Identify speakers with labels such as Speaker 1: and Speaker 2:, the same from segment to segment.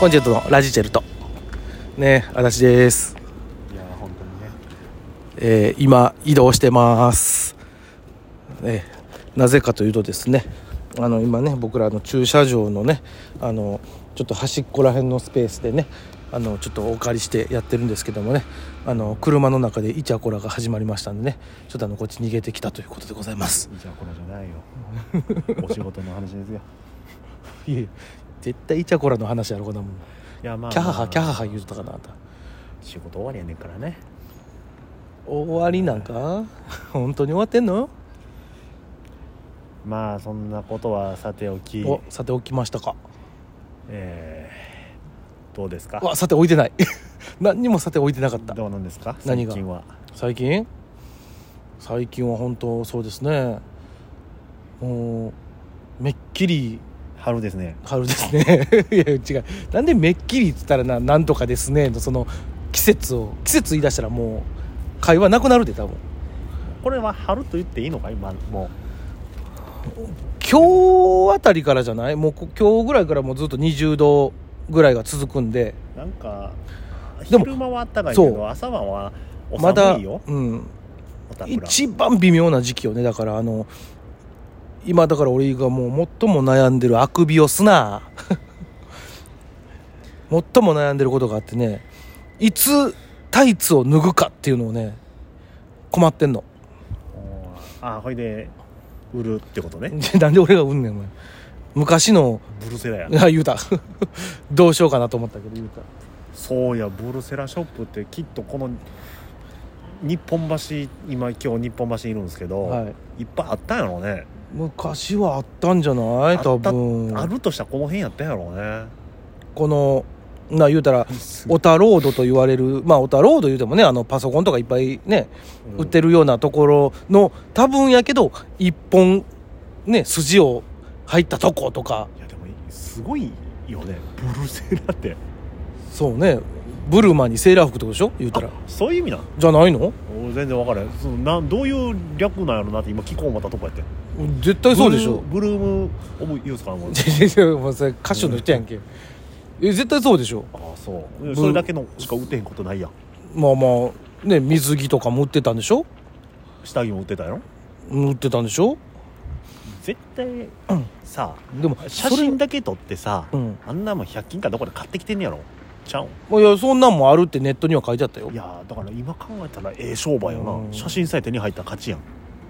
Speaker 1: コンチェルトのラジチェルトねえ私です、
Speaker 2: いやー本当にね
Speaker 1: えー今移動してます、えーなぜかというとですねあの今ね僕らの駐車場のねあのちょっと端っこら辺のスペースでねあのちょっとお借りしてやってるんですけどもねあの車の中でイチャコラが始まりましたんでねちょっとあのこっち逃げてきたということでございます
Speaker 2: じゃあこれじゃない よお仕事の話ですよ
Speaker 1: いえ絶対イチャコラの話やろこんなもん
Speaker 2: いやま
Speaker 1: キャハハキャハハ言うとったかなあんた
Speaker 2: 仕事終わりやねんからね
Speaker 1: 終わりなんか 本当に終わってんの
Speaker 2: まあそんなことはさておき
Speaker 1: おさて起きましたか
Speaker 2: えーどうですか
Speaker 1: わさて置いてない 何にもさて置いてなかった
Speaker 2: どうなんですか
Speaker 1: 何
Speaker 2: 最
Speaker 1: が
Speaker 2: 近は
Speaker 1: 最近最近は本当そうですねもうめっきり
Speaker 2: 春ですね
Speaker 1: 春ですね いや違うなんでめっきりって言ったらななんとかですねのその季節を季節言い出したらもう会話なくなるで多分
Speaker 2: これは春と言っていいのか今も
Speaker 1: 今日あたりからじゃないもうこ今日ぐらいからもうずっと20度ぐらいが続くんで
Speaker 2: うなんか
Speaker 1: でも
Speaker 2: 昼間はあったかいけ
Speaker 1: そう
Speaker 2: ど朝晩はお
Speaker 1: まだ、
Speaker 2: 寒いよ、
Speaker 1: うん、
Speaker 2: おたくら
Speaker 1: 一番微妙な時期よねだからあの今だから俺がもう最も悩んでるあくびをすな 最も悩んでることがあってねいつタイツを脱ぐかっていうのをね困ってんの
Speaker 2: おーあほいで売るってことね
Speaker 1: なんで俺がうんねんお前昔の
Speaker 2: ブルセラや
Speaker 1: あ言うた どうしようかなと思ったけど言うた
Speaker 2: そうやブルセラショップってきっとこの日本橋今今日日本橋にいるんですけど、、
Speaker 1: はい
Speaker 2: っぱいあったんやろうね
Speaker 1: 昔はあったんじゃない多分
Speaker 2: あったあるとしたらこの辺やったんやろうね
Speaker 1: このな言うたらオタロードと言われるまあオタロード言うてもねあのパソコンとかいっぱいね売って
Speaker 2: る
Speaker 1: るようなところの多分やけど一本ね筋を入ったとことか
Speaker 2: いやでもすごいよねブルセラって
Speaker 1: そうねブルマにセーラー服ってことでしょ言うたら
Speaker 2: そういう意味なん
Speaker 1: じゃないの
Speaker 2: 俺全然分からへんそのなんどういう略なんやろうなって今聞こう思ったとこやって
Speaker 1: 絶対そうでしょ
Speaker 2: ブルーブルーム思い言うんすかなもう
Speaker 1: いやいやもうそれ歌手の人やんけえ絶対そうでしょ
Speaker 2: ああそうそれだけのしか打てへんことないやん
Speaker 1: まあまあね水着とかも売ってたんでしょ
Speaker 2: 下着も打ってたやろ
Speaker 1: 売ってたんでしょ
Speaker 2: 絶対、さあ
Speaker 1: でもそ
Speaker 2: 写
Speaker 1: れ
Speaker 2: 真だけ撮ってさ、
Speaker 1: うん
Speaker 2: あんなもん100均かどこで買ってきてんねやろちゃうん
Speaker 1: いやそんなんもあるってネットには書いてあったよ
Speaker 2: いやーだから今考えたらええ商売よな、
Speaker 1: うん
Speaker 2: 写真さえ手に入ったら勝ちやん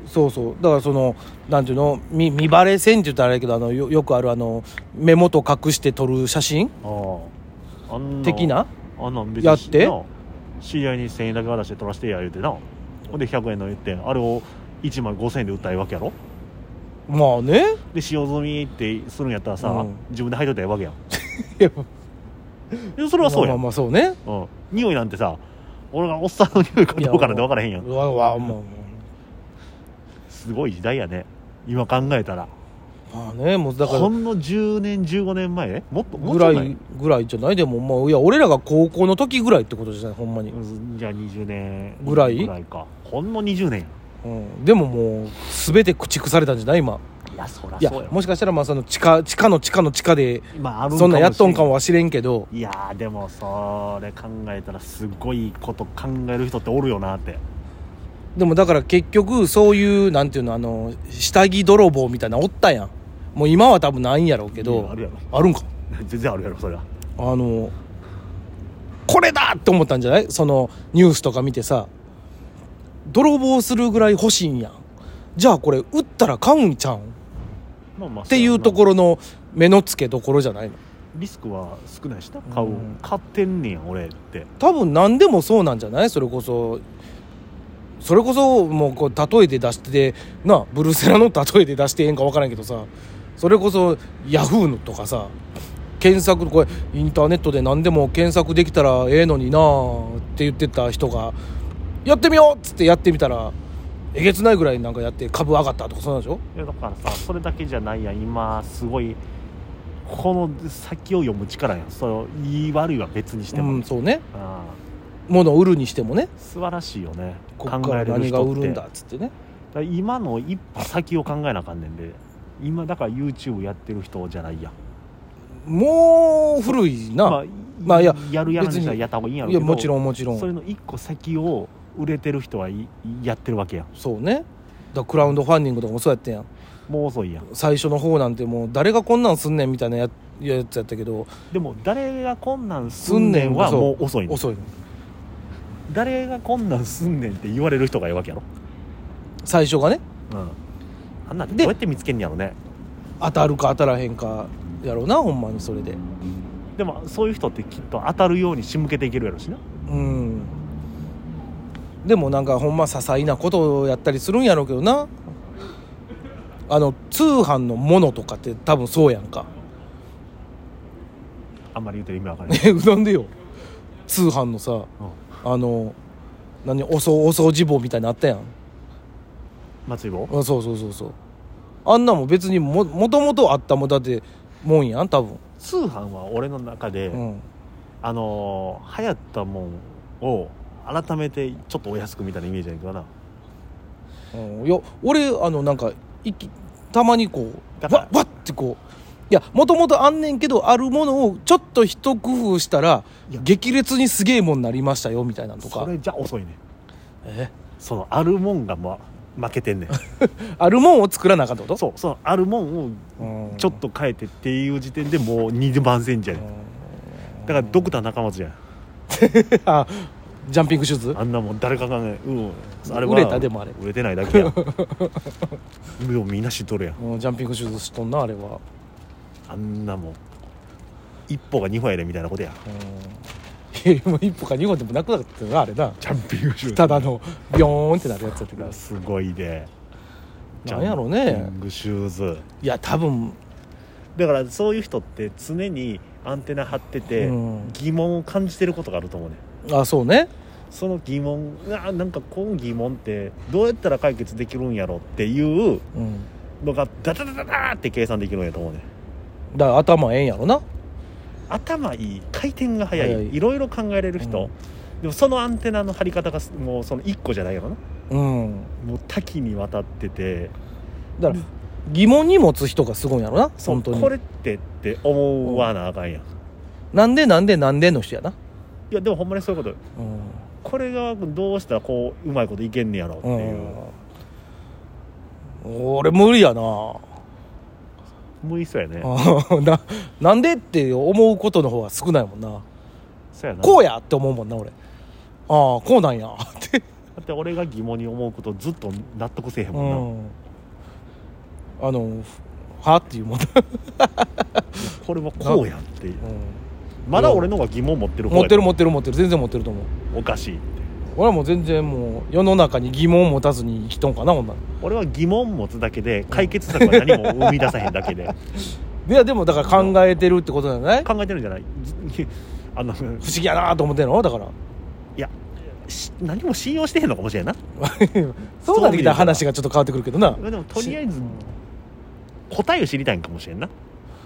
Speaker 1: そうそうだからそのなんていうの見見バレ線って言ったらあれやけどあのよよくあるあの目元隠して撮る写真
Speaker 2: あああんな
Speaker 1: 的な
Speaker 2: あんなん別
Speaker 1: やって
Speaker 2: な知り合いに1000円だけ渡して撮らせてや言うてなほんで100円の言ってあれを1枚5000円で売ったらええわけやろ
Speaker 1: まあね
Speaker 2: で使用済みってするんやったらさ、
Speaker 1: うん
Speaker 2: 自分で履いといたらええわけやん
Speaker 1: いや
Speaker 2: でそれはそう
Speaker 1: ま
Speaker 2: や
Speaker 1: あ
Speaker 2: ん、
Speaker 1: まあそうね
Speaker 2: うん、匂いなんてさ俺がおっさんの匂いかどうかなんて分からへんやん
Speaker 1: うわうわまあ
Speaker 2: すごい時代やね今考えたら
Speaker 1: まあねもうだから
Speaker 2: ほんの10年15年前もっともっ
Speaker 1: ぐ
Speaker 2: と
Speaker 1: ら
Speaker 2: 前
Speaker 1: いぐらいじゃないでもまあいや俺らが高校の時ぐらいってことじゃないほんまに、
Speaker 2: うんじゃあ20年
Speaker 1: ぐらい
Speaker 2: かほんの20年
Speaker 1: うん、でももう全て駆逐されたんじゃない今
Speaker 2: やいやそら
Speaker 1: いや
Speaker 2: そうや
Speaker 1: もしかしたらまあその地下地下の地下の地下で
Speaker 2: 今ある
Speaker 1: そんなんやっとんか
Speaker 2: も
Speaker 1: もは知れんけど
Speaker 2: しれんいやーでもそれ考えたらすごいこと考える人っておるよなって
Speaker 1: でもだから結局そういうなんていうのあの下着泥棒みたいなのおったやんもう今は多分ないんやろうけ
Speaker 2: いや
Speaker 1: ど
Speaker 2: あるやろ
Speaker 1: あるんか
Speaker 2: 全然あるやろそれは
Speaker 1: あのこれだって思ったんじゃないそのニュースとか見てさ泥棒するぐらい欲しいんやんじゃあこれ売ったら買うんちゃうんっ
Speaker 2: まあまあ
Speaker 1: ていうところの目の付けどころじゃないの
Speaker 2: リスクは少ないしな買う、
Speaker 1: うん
Speaker 2: 買ってんねん俺って
Speaker 1: 多分何でもそうなんじゃないそれこそそれこそもうこう例えで出してなブルセラの例えで出してええんか分からんけどさそれこそヤフーのとかさ検索これインターネットで何でも検索できたらええのになあって言ってた人がやってみようっつってやってみたらえげつないぐらいなんかやって株上がったとかそうなんでしょ
Speaker 2: いやだからさそれだけじゃないやん今すごいこの先を読む力やんそう言い悪いは別にしても、
Speaker 1: うんそうね
Speaker 2: ああ
Speaker 1: 物を売るにしてもね
Speaker 2: 素晴らしいよね
Speaker 1: こっから
Speaker 2: 考えれる
Speaker 1: 何が
Speaker 2: 人
Speaker 1: 売
Speaker 2: って
Speaker 1: るんだっつってね
Speaker 2: から今の一歩先を考えなあかんねんで今だから YouTube やってる人じゃないやん
Speaker 1: もう古いな、
Speaker 2: まあ、
Speaker 1: まあいや
Speaker 2: やるやらん
Speaker 1: 別に
Speaker 2: 人はやった方がいいんやろう
Speaker 1: いや
Speaker 2: けど
Speaker 1: もちろんもちろん
Speaker 2: それの一個先を売れてる人はいやってるわけやん
Speaker 1: そうねだからクラウドファンディングとかもそうやってんやん
Speaker 2: もう遅いやん
Speaker 1: 最初の方なんてもう誰がこんなんすんねんみたいなややつやったけど
Speaker 2: でも誰がこんなんすんねんは
Speaker 1: すんねん
Speaker 2: もう遅いねん
Speaker 1: 遅いの
Speaker 2: 誰がこんなんすんねんって言われる人がいるわけやろ
Speaker 1: 最初がね
Speaker 2: うんあんなんて
Speaker 1: で
Speaker 2: どうやって見つけんねやろね
Speaker 1: 当たるか当たらへんかやろうなほんまにそれで
Speaker 2: でもそういう人ってきっと当たるように仕向けていけるやろしな
Speaker 1: うんでもなんかほんま些細なことをやったりするんやろうけどなあの通販のものとかって多分そうやんか
Speaker 2: あんまり言うてる意味わかんな
Speaker 1: ね
Speaker 2: い、
Speaker 1: なんでよ通販のさ
Speaker 2: うん、
Speaker 1: あの何おそお掃除棒みたいなのあったやん
Speaker 2: 松井坊
Speaker 1: あそうそうそうそうあんなもん別にももともとあったもんだってもんやん多分
Speaker 2: 通販は俺の中で、
Speaker 1: うん
Speaker 2: あのー流行ったもんを改めてちょっとお安くみたいなイメージやけどな
Speaker 1: うんいや俺あのなんかいきたまにこう
Speaker 2: だから
Speaker 1: わわってこういやもともとあんねんけどあるものをちょっと一工夫したら
Speaker 2: いや
Speaker 1: 激烈にすげえもんになりましたよみたいなのと
Speaker 2: そ
Speaker 1: か
Speaker 2: れじゃ遅いね
Speaker 1: え
Speaker 2: そのあるもんが、ま、負け てんねん
Speaker 1: あるもんを作らなあかんってこと
Speaker 2: そうそのあるもんを
Speaker 1: うん
Speaker 2: ちょっと変えてっていう時点でもう2万千じゃねんだからドクター中松じゃん
Speaker 1: あジャンピングシューズ
Speaker 2: あんなもん誰かがねうん
Speaker 1: 売れたでもあれ
Speaker 2: 売れてない だけやでもみんな知っとるやん
Speaker 1: うんジャンピングシューズしとんなあれは
Speaker 2: あんなもん一歩が二歩やでみたいなことや
Speaker 1: うんい やもう一歩か二歩でもなくなったよなあれな
Speaker 2: ジャンピングシューズ
Speaker 1: ただのビョーンってなるやつやったけど
Speaker 2: すごいで
Speaker 1: なんやろうね
Speaker 2: ジャンピングシューズ
Speaker 1: いや多分
Speaker 2: だからそういう人って常にアンテナ張ってて、
Speaker 1: うん
Speaker 2: 疑問を感じてることがあると思うね
Speaker 1: あそうね
Speaker 2: その疑問あなんかこの疑問ってどうやったら解決できるんやろっていう
Speaker 1: うん
Speaker 2: のがダダダダダーって計算できるんやと思うね
Speaker 1: だから頭ええんやろな
Speaker 2: 頭いい回転が速い、
Speaker 1: 速い
Speaker 2: い、ろいろ考えれる人、
Speaker 1: うん
Speaker 2: でもそのアンテナの張り方がもうその1個じゃないよな
Speaker 1: うん
Speaker 2: もう多岐にわたってて
Speaker 1: だから疑問に持つ人がすごいんやろな
Speaker 2: そう
Speaker 1: 本当に
Speaker 2: これってって思わなあかんやん、
Speaker 1: なんでなんでなんでの人やな、
Speaker 2: いやでもほんまにそういうこ
Speaker 1: う
Speaker 2: と
Speaker 1: ん
Speaker 2: これがどうしたらこううまいこといけんねやろってい
Speaker 1: う
Speaker 2: う、
Speaker 1: ん俺無理やな
Speaker 2: 無理そうや ね
Speaker 1: ななんでって思うことの方が少ないもんな
Speaker 2: そうやな
Speaker 1: こうやって思うもんな俺ああこうなんやって
Speaker 2: だって俺が疑問に思うことずっと納得せえへん
Speaker 1: う
Speaker 2: もんな、
Speaker 1: んあのはっていうもんな、
Speaker 2: これはこうやっていう
Speaker 1: う
Speaker 2: まだ俺の方が疑問持ってる
Speaker 1: ん、
Speaker 2: 方や
Speaker 1: 持ってる持ってる持ってる全然持ってると思う
Speaker 2: おかしいって
Speaker 1: 俺はもう全然もう世の中に疑問を持たずに生きとんかなほんなら
Speaker 2: 俺は疑問持つだけで解決策は何も生み出さへんだけで
Speaker 1: いやでもだから考えてるってことじゃない不
Speaker 2: 考えてるんじゃないずあの
Speaker 1: 思議やなと思ってんのだから
Speaker 2: し何も信用してへんのかもしれんな
Speaker 1: そうなってきたら話がちょっと変わってくるけどな
Speaker 2: でもとりあえず答えを知りたいんかもしれんな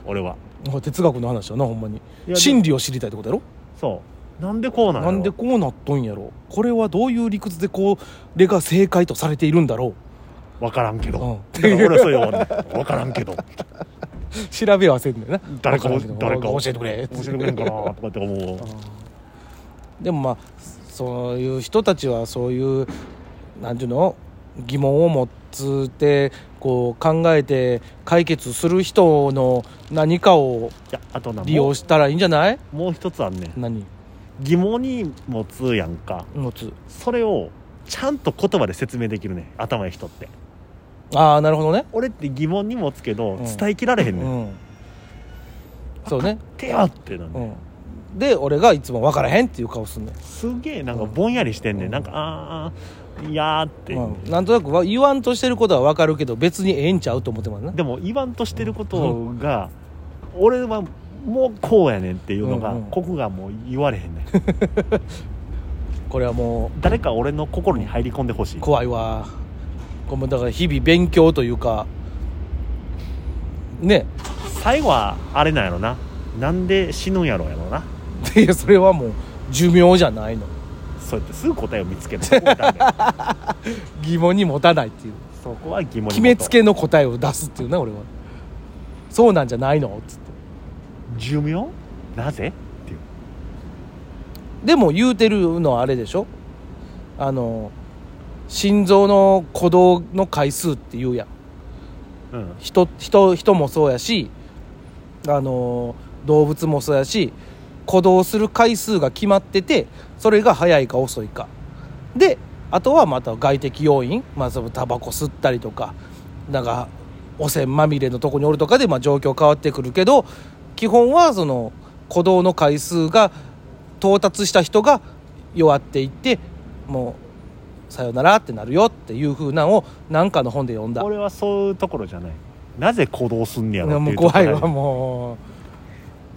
Speaker 2: 俺は
Speaker 1: もう哲学の話やなほんまに
Speaker 2: いや
Speaker 1: 真理を知りたいってことやろ
Speaker 2: そうなんでこうなの
Speaker 1: なんでこうなっとんやろこれはどういう理屈でこれが正解とされているんだろ
Speaker 2: 分からんけど、
Speaker 1: うん
Speaker 2: だから俺はそういう分からん けど
Speaker 1: う調べはせんねんな
Speaker 2: 誰か
Speaker 1: わらんけど
Speaker 2: 誰か
Speaker 1: 教えてくれ
Speaker 2: 教えてくれんかなとかって思う
Speaker 1: でもまあそういう人たちはそういうなんていうの疑問を持つってこう考えて解決する人の何かを
Speaker 2: いやあとな
Speaker 1: 利用
Speaker 2: も
Speaker 1: したらいいんじゃないう
Speaker 2: もう一つあんねん
Speaker 1: 何
Speaker 2: 疑問に持つやんか
Speaker 1: 持つ
Speaker 2: それをちゃんと言葉で説明できるねん頭いい人って
Speaker 1: ああなるほどね
Speaker 2: 俺って疑問に持つけど
Speaker 1: うん
Speaker 2: 伝えきられへんねん、
Speaker 1: うんそうね、
Speaker 2: てよってなん
Speaker 1: う
Speaker 2: で、
Speaker 1: ん、で俺がいつも分からへんっていう顔すんねん
Speaker 2: すげえなんかぼんやりしてんねん、なんかああいやーって、
Speaker 1: うん、なんとなくわ言わんとしてることは分かるけど別にええんちゃうと思ってますね
Speaker 2: でも言わんとしてることが、俺はもうこうやねんっていうのが、
Speaker 1: うんうん
Speaker 2: ここがもう言われへんねん
Speaker 1: これはも
Speaker 2: 誰か俺の心に入り込んでほしいう
Speaker 1: 怖いわこれもだから日々勉強というかね
Speaker 2: 最後はあれなんやろななんで死ぬんやろうやろうない
Speaker 1: やそれはもう寿命じゃないの
Speaker 2: そうやってすぐ答えを見つけるそこがダメ
Speaker 1: 疑問に持たないっていう
Speaker 2: そこは疑問に
Speaker 1: 決めつ
Speaker 2: け
Speaker 1: けの答えを出すっていうな俺はそうなんじゃないのっつって
Speaker 2: 寿命なぜっていう
Speaker 1: でも言うてるのはあれでしょあの心臓の鼓動の回数って言うやん
Speaker 2: うん
Speaker 1: 人人人もそうやしあの動物もそうやし鼓動する回数が決まっててそれが早いか遅いかであとはまた外的要因まあそのタバコ吸ったりとかなんか汚染まみれのとこにおるとかで、まあ、状況変わってくるけど基本はその鼓動の回数が到達した人が弱っていってもうさよならってなるよっていう風なんを何かの本で読んだ。
Speaker 2: 俺はそういうところじゃないなぜ行動すんねやろって
Speaker 1: も
Speaker 2: いううとこ
Speaker 1: 怖い
Speaker 2: ろ
Speaker 1: わも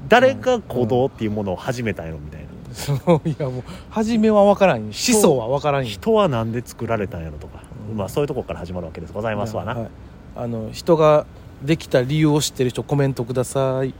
Speaker 2: 誰が行動っていうものを始めたんやろみたいな、
Speaker 1: うそのいやもう初めは分からんよ思想は分からんよ
Speaker 2: 人はなんで作られたんやろとか、
Speaker 1: うん
Speaker 2: まあそういうところから始まるわけですございますわな、
Speaker 1: はいあの人ができた理由を知ってる人コメントください